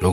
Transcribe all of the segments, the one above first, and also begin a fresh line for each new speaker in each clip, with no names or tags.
如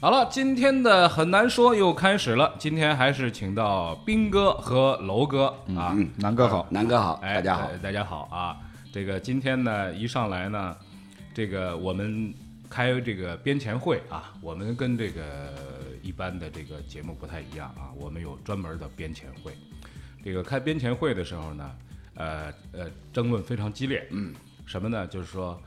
好了，今天的很难说又开始了。今天还是请到斌哥和楼哥啊，
嗯，南哥好，南哥好，
哎，
大家好
呃，大家好啊！这个今天呢，一上来呢，这个我们开这个编前会啊，我们跟这个一般的这个节目不太一样啊，我们有专门的编前会。这个开编前会的时候呢，呃呃，争论非常激烈，嗯，什么呢？就是说。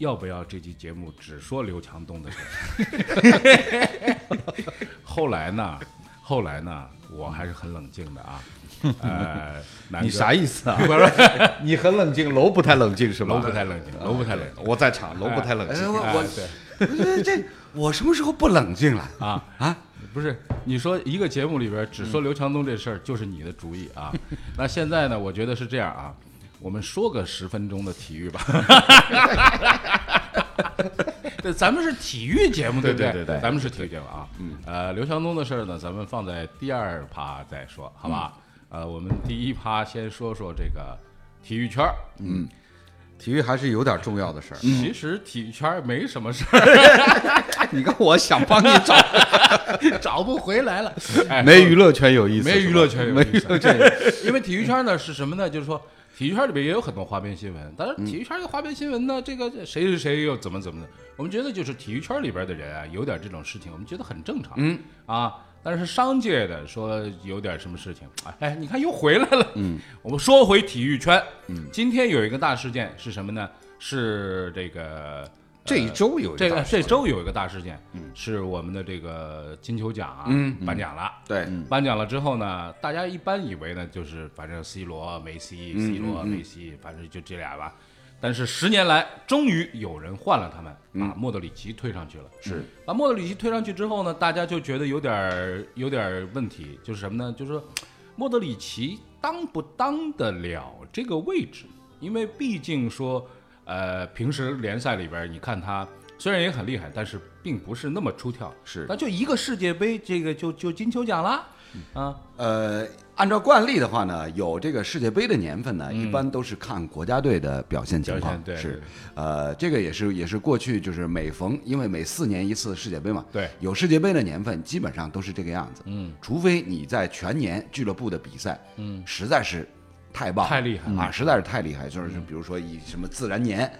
要不要这期节目只说刘强东的事？ 后来呢？后来呢？我还是很冷静的啊。呃，南
你
哥
啥意思啊？ 不 是，你很冷静，楼不太冷静是吧？
楼不太啊冷静，楼不太冷静。
我在场，楼不太冷
哎
静。
哎
我
对
这这我什么时候不冷静了？
啊啊，不是，你说一个节目里边只说刘强东这事儿， 就是你的主意啊。那现在呢，我觉得是这样啊，我们说个十分钟的体育 吧。对，咱们是体育节目，不对
对对对对
咱们是体育节目啊。嗯，呃，刘强东的事儿呢，咱们放在第二趴再说，好吧？呃，我们第一趴先说说这个体育圈儿。
体育还是有点重要的事儿。
其实体育圈儿没什么事儿，哎
你看，我想帮你找，
找 不回来了。哎
没娱乐圈有意思，
没娱乐圈有
没
意
娱
思
乐圈有 意思。
因为体育圈呢是什么呢？就是说，体育圈里边也有很多花边新闻，但是
嗯
体育圈的花边新闻呢，这个谁谁谁又怎么怎么的，我们觉得就是体育圈里边的人啊，有点这种事情，我们觉得很正常，嗯啊。但是商界的说有点什么事情，哎，你看又回来了。嗯，我们说回体育圈，嗯，今天有一个大事件是什么呢？是这个呃
这一周有一
这个
大事嗯
这周有一个大事件，是我们的这个金球奖啊，颁奖了。
对，
颁奖了之后呢，大家一般以为呢，就是反正 C 罗、梅西、C 罗、梅西，反正就这俩吧。但是十年来，终于有人换了他们，把莫德里奇推上去了。是，把莫德里奇推上去之后呢，大家就觉得有点儿有点儿问题，就是什么呢？就是说莫德里奇当不当得了这个位置？因为毕竟说，呃，平时联赛里边儿，你看他虽然也很厉害，但是并不是那么出挑。
是
那就一个世界杯，这个就就金球奖啦。啊，
呃，按照惯例的话呢，有这个世界杯的年份呢，一般都是看国家队的表现
嗯
情
表
况
现。对对
是，呃，这个也是也是过去就是每逢因为每四年一次世界杯嘛，
对
有世界杯的年份基本上都是这个样子。嗯，除非你在全年俱乐部的比赛，嗯，实在是。太棒了，
太厉害了
啊！实在是太厉害，就是
嗯
比如说以什么自然年，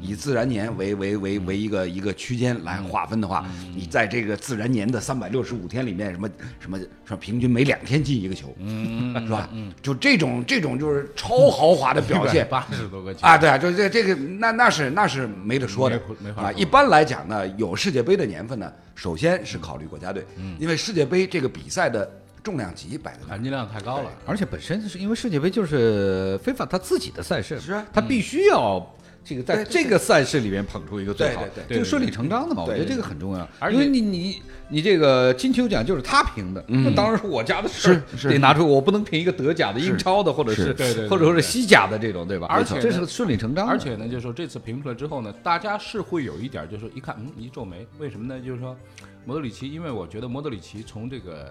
以自然年为为为
嗯
为一个一个区间来划分的话，你在这个自然年的三百六十五天里面，什么什么什么平均每两天进一个球，
嗯
是吧？就这种这种就是超豪华的表现，
八十多个球
啊，对啊，就是这这个那那是那是没得说的
没没法
啊。
说
一般来讲呢，有世界杯的年份呢，首先是考虑国家队，
嗯
因为世界杯这个比赛的重量级摆在那儿。
含金量太高了。
而且本身是因为世界杯就是非法他自己的赛事，
是啊
他必须要这个在这个赛事里面捧出一个最好，
对对
这个顺理成章的嘛，我
对
觉得这个很重要。
而且
因为你你你这个金球奖就是他评的，那当然是我家的事儿，得拿出我不能评一个德甲的、英超的，或者是
对对对
或者说是西甲的这种，对吧？
而且呢
这是顺理成章的，
而且呢，就是说这次评出来之后呢，大家是会有一点，就是说一看，嗯，一皱眉，为什么呢？就是说，莫德里奇，因为我觉得莫德里奇从这个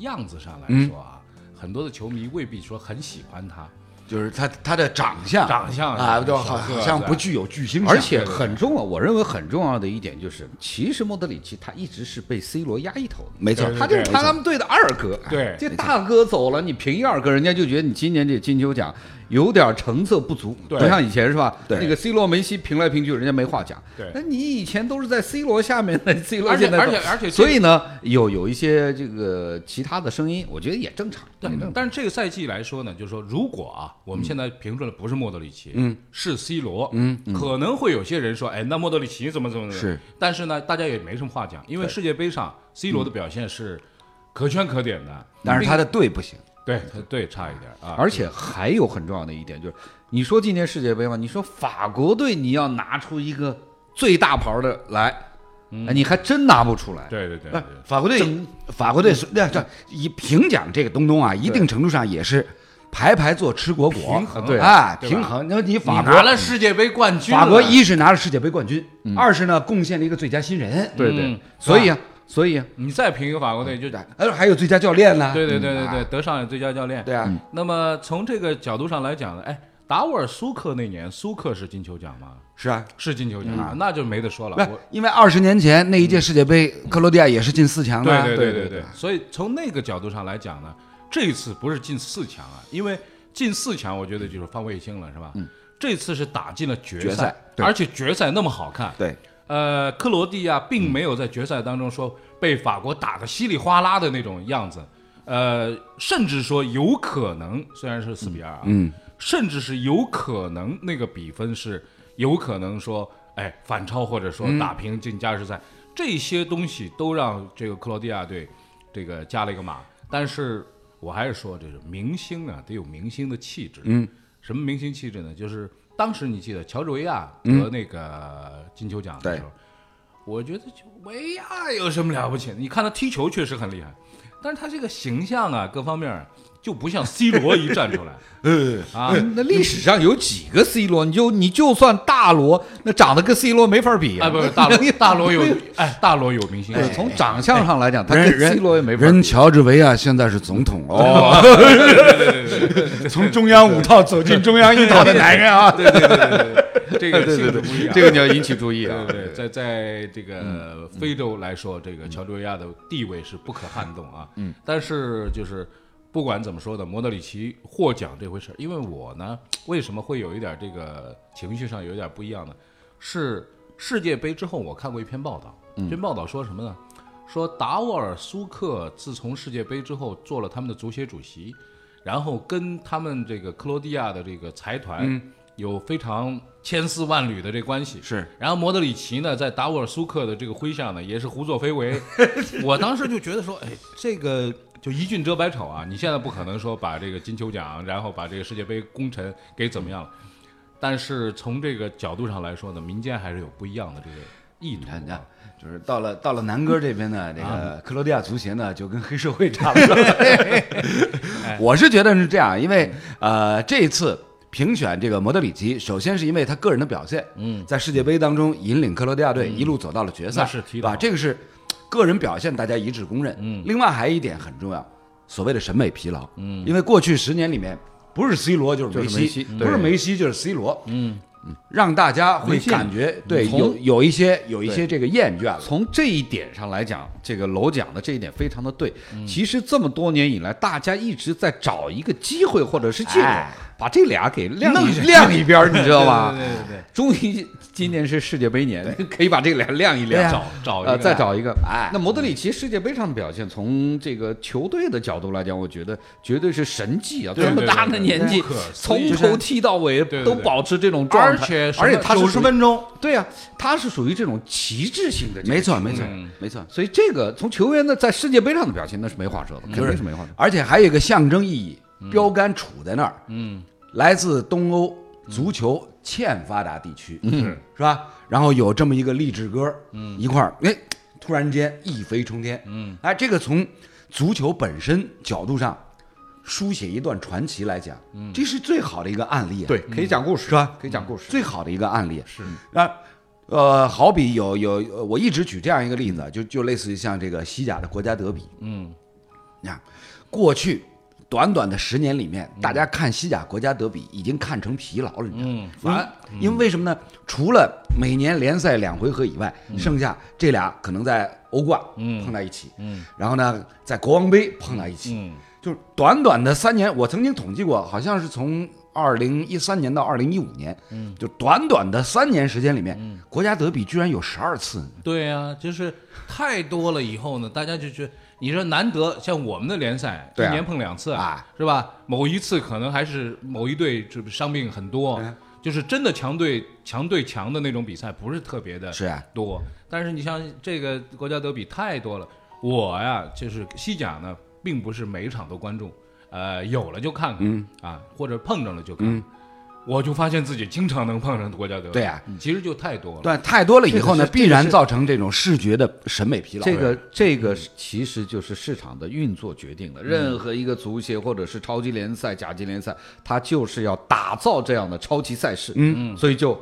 样子上来说啊，很多的球迷未必说很喜欢他，
就是他他的长相，
长相
啊，
是
就好
小个
好
子
像不具有巨星相，
而且很重要，我认为很重要的一点就是，其实莫德里奇他一直是被 C 罗压一头的，
没错，
他就是他们队的二哥。哎
对
这大哥走了，你凭一二哥，人家就觉得你今年这金球奖有点成色不足，
对
不像以前是吧？
对
那个 C 罗、梅西评来评去，人家没话讲。
对
那你以前都是在 C 罗下面的，C 罗
而且
现在都
而且而且这个
所以呢，有有一些这个其他的声音，我觉得也正常。
对嗯
也正，常
但是这个赛季来说呢，就是说，如果啊，我们现在评出来不是莫德里奇，嗯，是 C 罗，嗯，可能会有些人说，哎，那莫德里奇怎么怎么怎么？
是，
但是呢，大家也没什么话讲，因为世界杯上 C 罗的表现是可圈可点的，
但是他的队不行，
对他对差一点啊，
而且还有很重要的一点就是，你说今年世界杯嘛，你说法国队你要拿出一个最大牌的来，
嗯
哎，你还真拿不出来。
对对对对，
法国队，法国队是那这以评奖这个东东啊，一定程度上也是排排坐吃果果，
平衡
对
哎，
对吧
平衡。那你
你
法
拿
国
了世界杯冠军了，
法国一是拿了世界杯冠军，二是呢贡献了一个最佳新人，
对
嗯
对，所以啊，所以啊，
你再评一个法国队就
对，呃，还有最佳教练呢，
对对对对
啊
对，德尚也最佳教练。
对啊，
那么从这个角度上来讲呢，哎，达沃尔苏克那年苏克是金球奖吗？
是啊，
是金球奖啊，那就没得说了
不是
我。
因为二十年前那一届世界杯，克罗地亚也是进四强啊的，
对
对
对，所以从那个角度上来讲呢，这一次不是进四强啊，因为进四强我觉得就是放卫星了，是吧？嗯，这次是打进了决
决赛对
而且决赛那么好看，
对，
呃，克罗地亚并没有在决赛当中说被法国打得稀里哗啦的那种样子，呃，甚至说有可能，虽然是四比二啊，嗯，甚至是有可能那个比分是有可能说，哎，反超或者说打平进加时赛，这些东西都让这个克罗地亚队这个加了一个码。但是我还是说，这个明星啊，得有明星的气质，嗯，什么明星气质呢？就是当时你记得乔治维亚得那个金球奖的时候，我觉得就维亚有什么了不起的？你看他踢球确实很厉害，但是他这个形象啊，各方面儿就不像 C 罗一站 出来，啊，
那历史上有几个 C 罗？你就你就算大罗，那长得跟 C 罗没法比啊
哎，不是大 罗，大罗有哎，大罗有明星
对
气质
从长相上来讲，他
人
跟 C
人
罗也没法
人
比。
乔治维亚现在是总统哦，从中央五套走进中央一套的男人啊，
对对 对对对，这个性质不一样。
这个你要引起注意啊
对！对，在在这个非洲来说，这个乔治维亚的地位是不可撼动啊。嗯，但是就是不管怎么说呢，莫德里奇获奖这回事儿，因为我呢，为什么会有一点这个情绪上有一点不一样呢？是世界杯之后，我看过一篇报道，这篇报道说什么呢？说达沃尔苏克自从世界杯之后做了他们的足协主席，然后跟他们这个克罗地亚的这个财团有非常千丝万缕的这关系。
是，
然后莫德里奇呢，在达沃尔苏克的这个麾下呢，也是胡作非为。我当时就觉得说，哎，这个就一俊遮百丑啊！你现在不可能说把这个金球奖，然后把这个世界杯功臣给怎么样了。但是从这个角度上来说呢，民间还是有不一样的这个意图啊。
看就是到了到了南哥这边呢，这个克罗地亚足协呢就跟黑社会差不多。 我是觉得是这样，因为呃这一次评选这个莫德里奇，首先是因为他个人的表现，嗯，在世界杯当中引领克罗地亚队一路走到了决赛，
那是踢
对
得好
吧？这个是个人表现，大家一致公认。嗯，另外还有一点很重要，所谓的审美疲劳，嗯，因为过去十年里面。不是 C 罗就是梅
就是梅西
不
对
是梅西就是 C 罗，嗯，让大家会
梅西
感觉对
从
有有一些有一些这个厌倦了，
从这一点上来讲，这个楼讲的这一点非常的对。其实这么多年以来，大家一直在找一个机会或者是借口
哎，
把这俩给晾一晾一 边儿，你知道吧？对对对。终于今年是世界杯年，可以把这俩晾一
对呀
晾，
找找一个
呃，再找一个。
哎
那莫德里奇世界杯上的表现，从这个球队的角度来讲，我觉得绝对是神迹啊！
对
这么大的
对对对
年纪
不可，思
从
议
头踢到尾
对对
都
对
保持这种状
而
态，
且什么
而且他是
90
属于
分钟，
对啊，他是属于这种旗帜性的这个
没错，
球员
没错，没错。
所以这个从球员的在世界杯上的表现，那是没话说的，肯定是没话说。
而且还有一个象征意义，标杆杵在那儿。嗯，来自东欧足球欠发达地区，是是吧？然后有这么一个励志歌，嗯，一块儿，哎，突然间一飞冲天，嗯，哎，这个从足球本身角度上书写一段传奇来讲，嗯，这是最好的一个案例啊。
对，可以讲嗯故事是吧？可以讲故事。
最好的一个案例。是那呃，好比有有，呃我一直举这样一个例子啊，就就类似于像这个西甲的国家德比，嗯，你看过去。短短的十年里面，大家看西甲国家德比已经看成疲劳了，你知道吗？烦，因为为什么呢？除了每年联赛两回合以外，剩下这俩可能在欧冠碰在一起，嗯，然后呢，在国王杯碰在一起，就是短短的三年，我曾经统计过，好像是从二零一三年到二零一五年，嗯，就短短的三年时间里面，
嗯
国家德比居然有十二次，
对啊，就是太多了以后呢，大家就觉得你说难得像我们的联赛，
对啊
一年碰两次
啊，
是吧？某一次可能还是某一队这伤病很多，
嗯
就是真的强队强对强的那种比赛不是特别的
嗯
是啊
多。但是你像这个国家德比太多了，我呀就是西甲呢，
嗯
并不是每一场都关注，呃，有了就看看、啊，或者碰着了就看。我就发现自己经常能碰上国家队。
对啊
其实就太多了。
对，太多了以后
嗯
呢，
这个是
必然造成这种视觉的审美疲劳。嗯
这个这个其实就是市场的运作决定了，
嗯
任何一个足协或者是超级联赛、甲级联赛，它就是要打造这样的超级赛事。嗯，所以就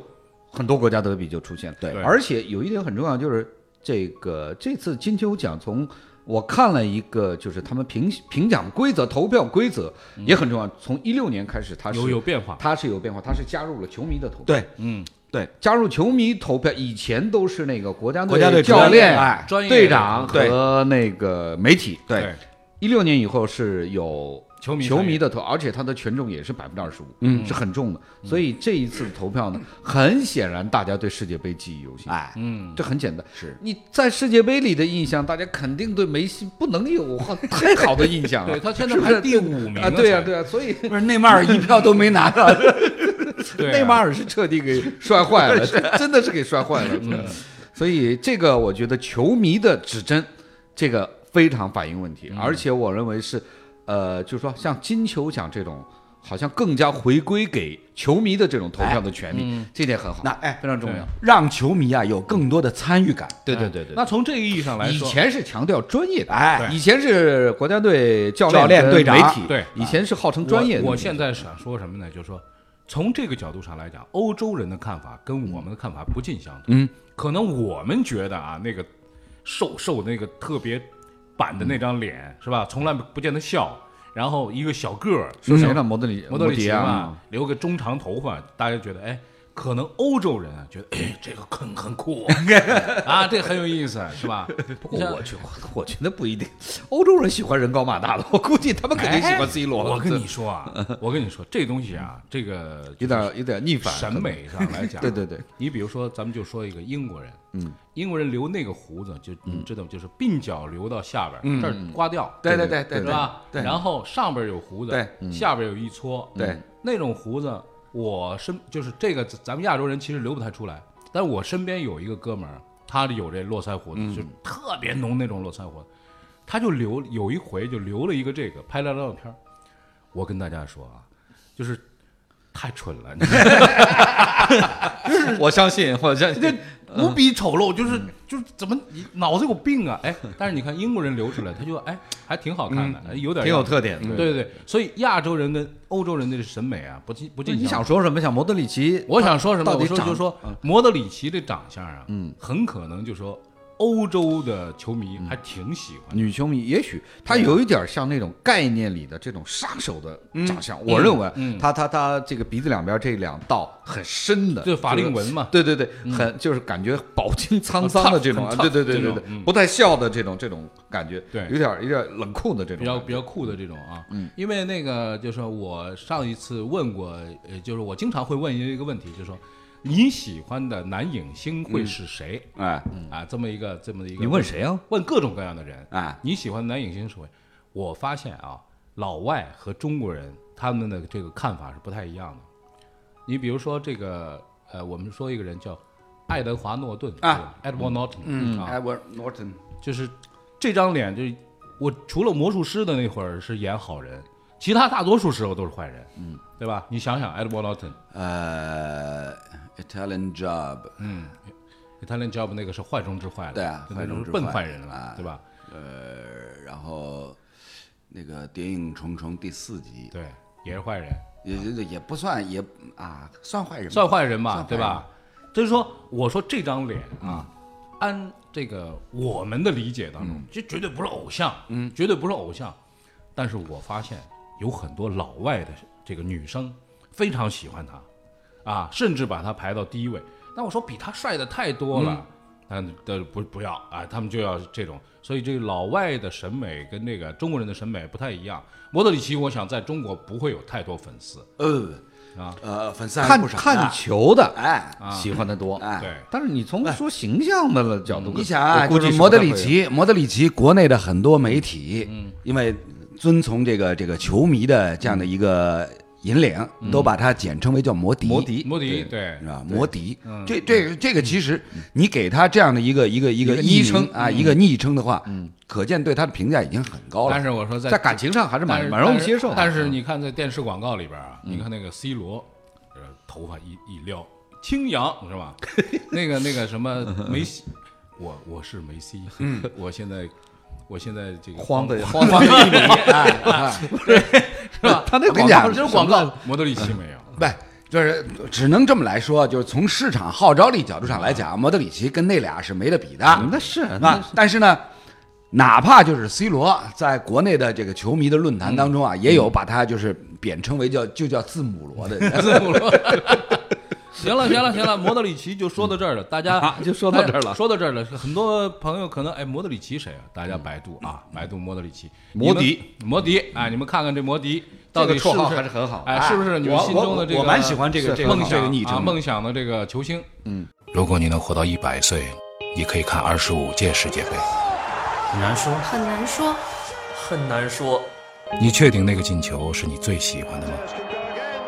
很多国家德比就出现了。
对
对
而且有一点很重要，就是这个这次金球奖从。我看了一个，就是他们评评奖规则、投票规则也很重
嗯
要。从一六年开始，
啊
它是
有有变化嗯
它是有变化，它是加入了球迷的投票。
对，
加入球迷投票，以前都是那个国家队、
国家队
教练、呃
哎
专业
队长
对
和那个媒体。
对
对
一六年以后是有
球迷参与
球迷的投，而且它的权重也是百分之二十五，嗯，是很重的。所以这一次投票呢，很显然大家对世界杯记忆犹新。
哎，
嗯，这很简单，
是
你在世界杯里的印象，大家肯定对梅西不能有太好的印象 了。
对他现在
是不
排
是
第五名
啊？
了
对呀、
才
对呀、所以
不是内马尔一票都没拿 到，
对啊
内马尔是彻底给摔坏了，真的是给摔坏了。嗯所以这个我觉得球迷的指针，这个非常反映问题，
嗯
而且我认为是，呃，就是说像金球奖这种，好像更加回归给球迷的这种投票的权利，这点很好，
那哎
非常重要。
让球迷啊有更多的参与感。
对对对对。
那从这个意义上来
以
说，
前是强调专业的，
哎
以前是国家队教
教练
跟
队长
媒体，
对
以前是号称专业的
我。我
那种
现在想说什么呢？就是说，从这个角度上来讲，欧洲人的看法跟我们的看法不尽相同。嗯，可能我们觉得啊，那个瘦瘦那个特别板的那张脸、是吧？从来不见他笑，然后一个小个儿，
说谁呢？摩德里，
摩德里
迪
奇
啊，
嘛，留个中长头发，大家觉得哎。可能欧洲人啊觉得，哎， 这个很很 酷啊，这个很有意思，是 吧？
不过我觉我觉得不一定，欧洲人喜欢人高马大的，我估计他们肯定
哎
喜欢 C 罗。
我跟你说啊，我跟你说，这东西啊，这个
有点有点逆反
审，美上来 讲，
对对对，
你比如说，咱们就说一个英国人，嗯，英国人留那个胡子，就你知道吗？就是鬓角留到下边儿，这儿刮掉，
嗯对对对对嗯
是吧？然后上边有胡子，对，下边有一撮，嗯
对，
那种胡子，我身就是这个，咱们亚洲人其实留不太出来，但我身边有一个哥们儿，他有这络腮胡子，
嗯
就特别浓那种络腮胡子，他就留有一回就留了一个这个，拍了张照片儿。我跟大家说啊，就是太蠢了，你知道吗
我相信，我相信。
无比丑陋，就是
嗯
就是怎么你脑子有病啊？哎，但是你看英国人留出来，他就哎还挺好看的，哎有点
嗯挺有
样子
特嗯点的
对对对，所以亚洲人跟欧洲人的审美啊不尽不尽
你
相
想
同。
说什么？想摩德里奇？
我想说什么？
到
我
底
说
长嗯
就说摩德里奇的长相啊，嗯，很可能就说欧洲的球迷
嗯
还挺喜欢的。
女球迷，也许她有一点像那种概念里的这种杀手的
嗯
长相。我认为，她她她这个鼻子两边这两道很深的，
对法令纹嘛
就是对对对，很就是感觉饱经沧桑的这种，
很
啊
烫
对对对
这
对
种
对
嗯，
不带笑的这种这种感觉，
对
有点有点冷酷的这
比
种感
较
觉，
比较酷的这种啊，嗯，因为那个就是我上一次问过，呃，就是我经常会问一个问题，就是说你喜欢的男影星会是谁？
哎
啊，这么一个这么一个，
嗯你问谁啊？
问各种各样的人
哎，
你喜欢的男影星是谁？我发现啊，老外和中国人他们的这个看法是不太一样的。你比如说这个，呃，我们说一个人叫爱德华诺顿
啊
，Edward Norton，嗯啊，
，Edward Norton，
就是这张脸，就是我除了魔术师的那会儿是演好人，其他大多数时候都是坏人，嗯，对吧？你想想 Edward Norton，
呃，Italian Job，
嗯，Italian Job 那个是坏中之坏了，
对啊
就那种
坏中
是
之
笨
坏
坏人了，
啊
对吧？
呃，然后那个《谍影重重》第四集，
对，也是坏人，
也也也不算也啊，算坏人吧，
算坏人吧，
算坏
对吧？就是说，我说这张脸啊，按这个我们的理解当中，这绝对不是偶像，嗯，绝对不是偶像。但是我发现有很多老外的这个女生非常喜欢他，啊，甚至把他排到第一位。但我说比他帅的太多了，但但不不要啊，他们就要这种。所以这个老外的审美跟这个中国人的审美不太一样。摩德里奇，我想在中国不会有太多粉丝，
呃
啊
呃，粉丝还
看
不少
看
呢
球的，
哎
喜欢的多，
哎。
对。
但是你从说形象的了角度，
你想啊，
我估计
就是
是
摩德
不太
里
会有，
奇，摩德里奇，国内的很多媒体，因为遵从这个这个球迷的这样的一个引领，都把它简称为叫摩迪，
摩迪
摩迪对
是吧？摩迪，这这个这个其实你给他这样的一个一个一个
一个
昵
昵称
称啊，一个昵称的话，可见对他的评价已经很高
但
了。
是我说在
在感情上还是
但
蛮
是
蛮容易接受的。嗯
但是但是你看在电视广告里边啊，你看那个 C 罗，呃头发一一撩，青扬是吧？ 那个那个什 么梅西，我我是梅西，我现在我现在这个
嗯慌的
慌的一米，
他那
我跟
广告
你讲
这是广告，莫德里奇没有。
不，就是只能这么来说，就是从市场号召力角度上来讲，莫德里奇跟那俩是没得比的。
嗯那是啊那
那但是呢，哪怕就是 C 罗在国内的这个球迷的论坛当中啊，
嗯
也有把他就是贬称为叫就叫字母罗 的人。
字母罗。行了，行了，行了，莫德里奇就说到这儿了，大家、
啊就说到这儿了
哎说到这儿了，很多朋友可能哎，莫德里奇谁啊？大家百度啊，百度莫德里奇，
摩迪
你们，摩迪，哎，你们看看这摩迪到底是
这个绰
不
号
是
还是很好
哎，是不是你们
我
心中的这个？
我我蛮喜欢这个
是
这个
梦
这
想
个昵
啊，
称。
梦想的这个球星，
如果你能活到一百岁，你可以看二十五届世界杯。
很难说，
很难说，
很难说，
你确定那个进球是你最喜欢的吗？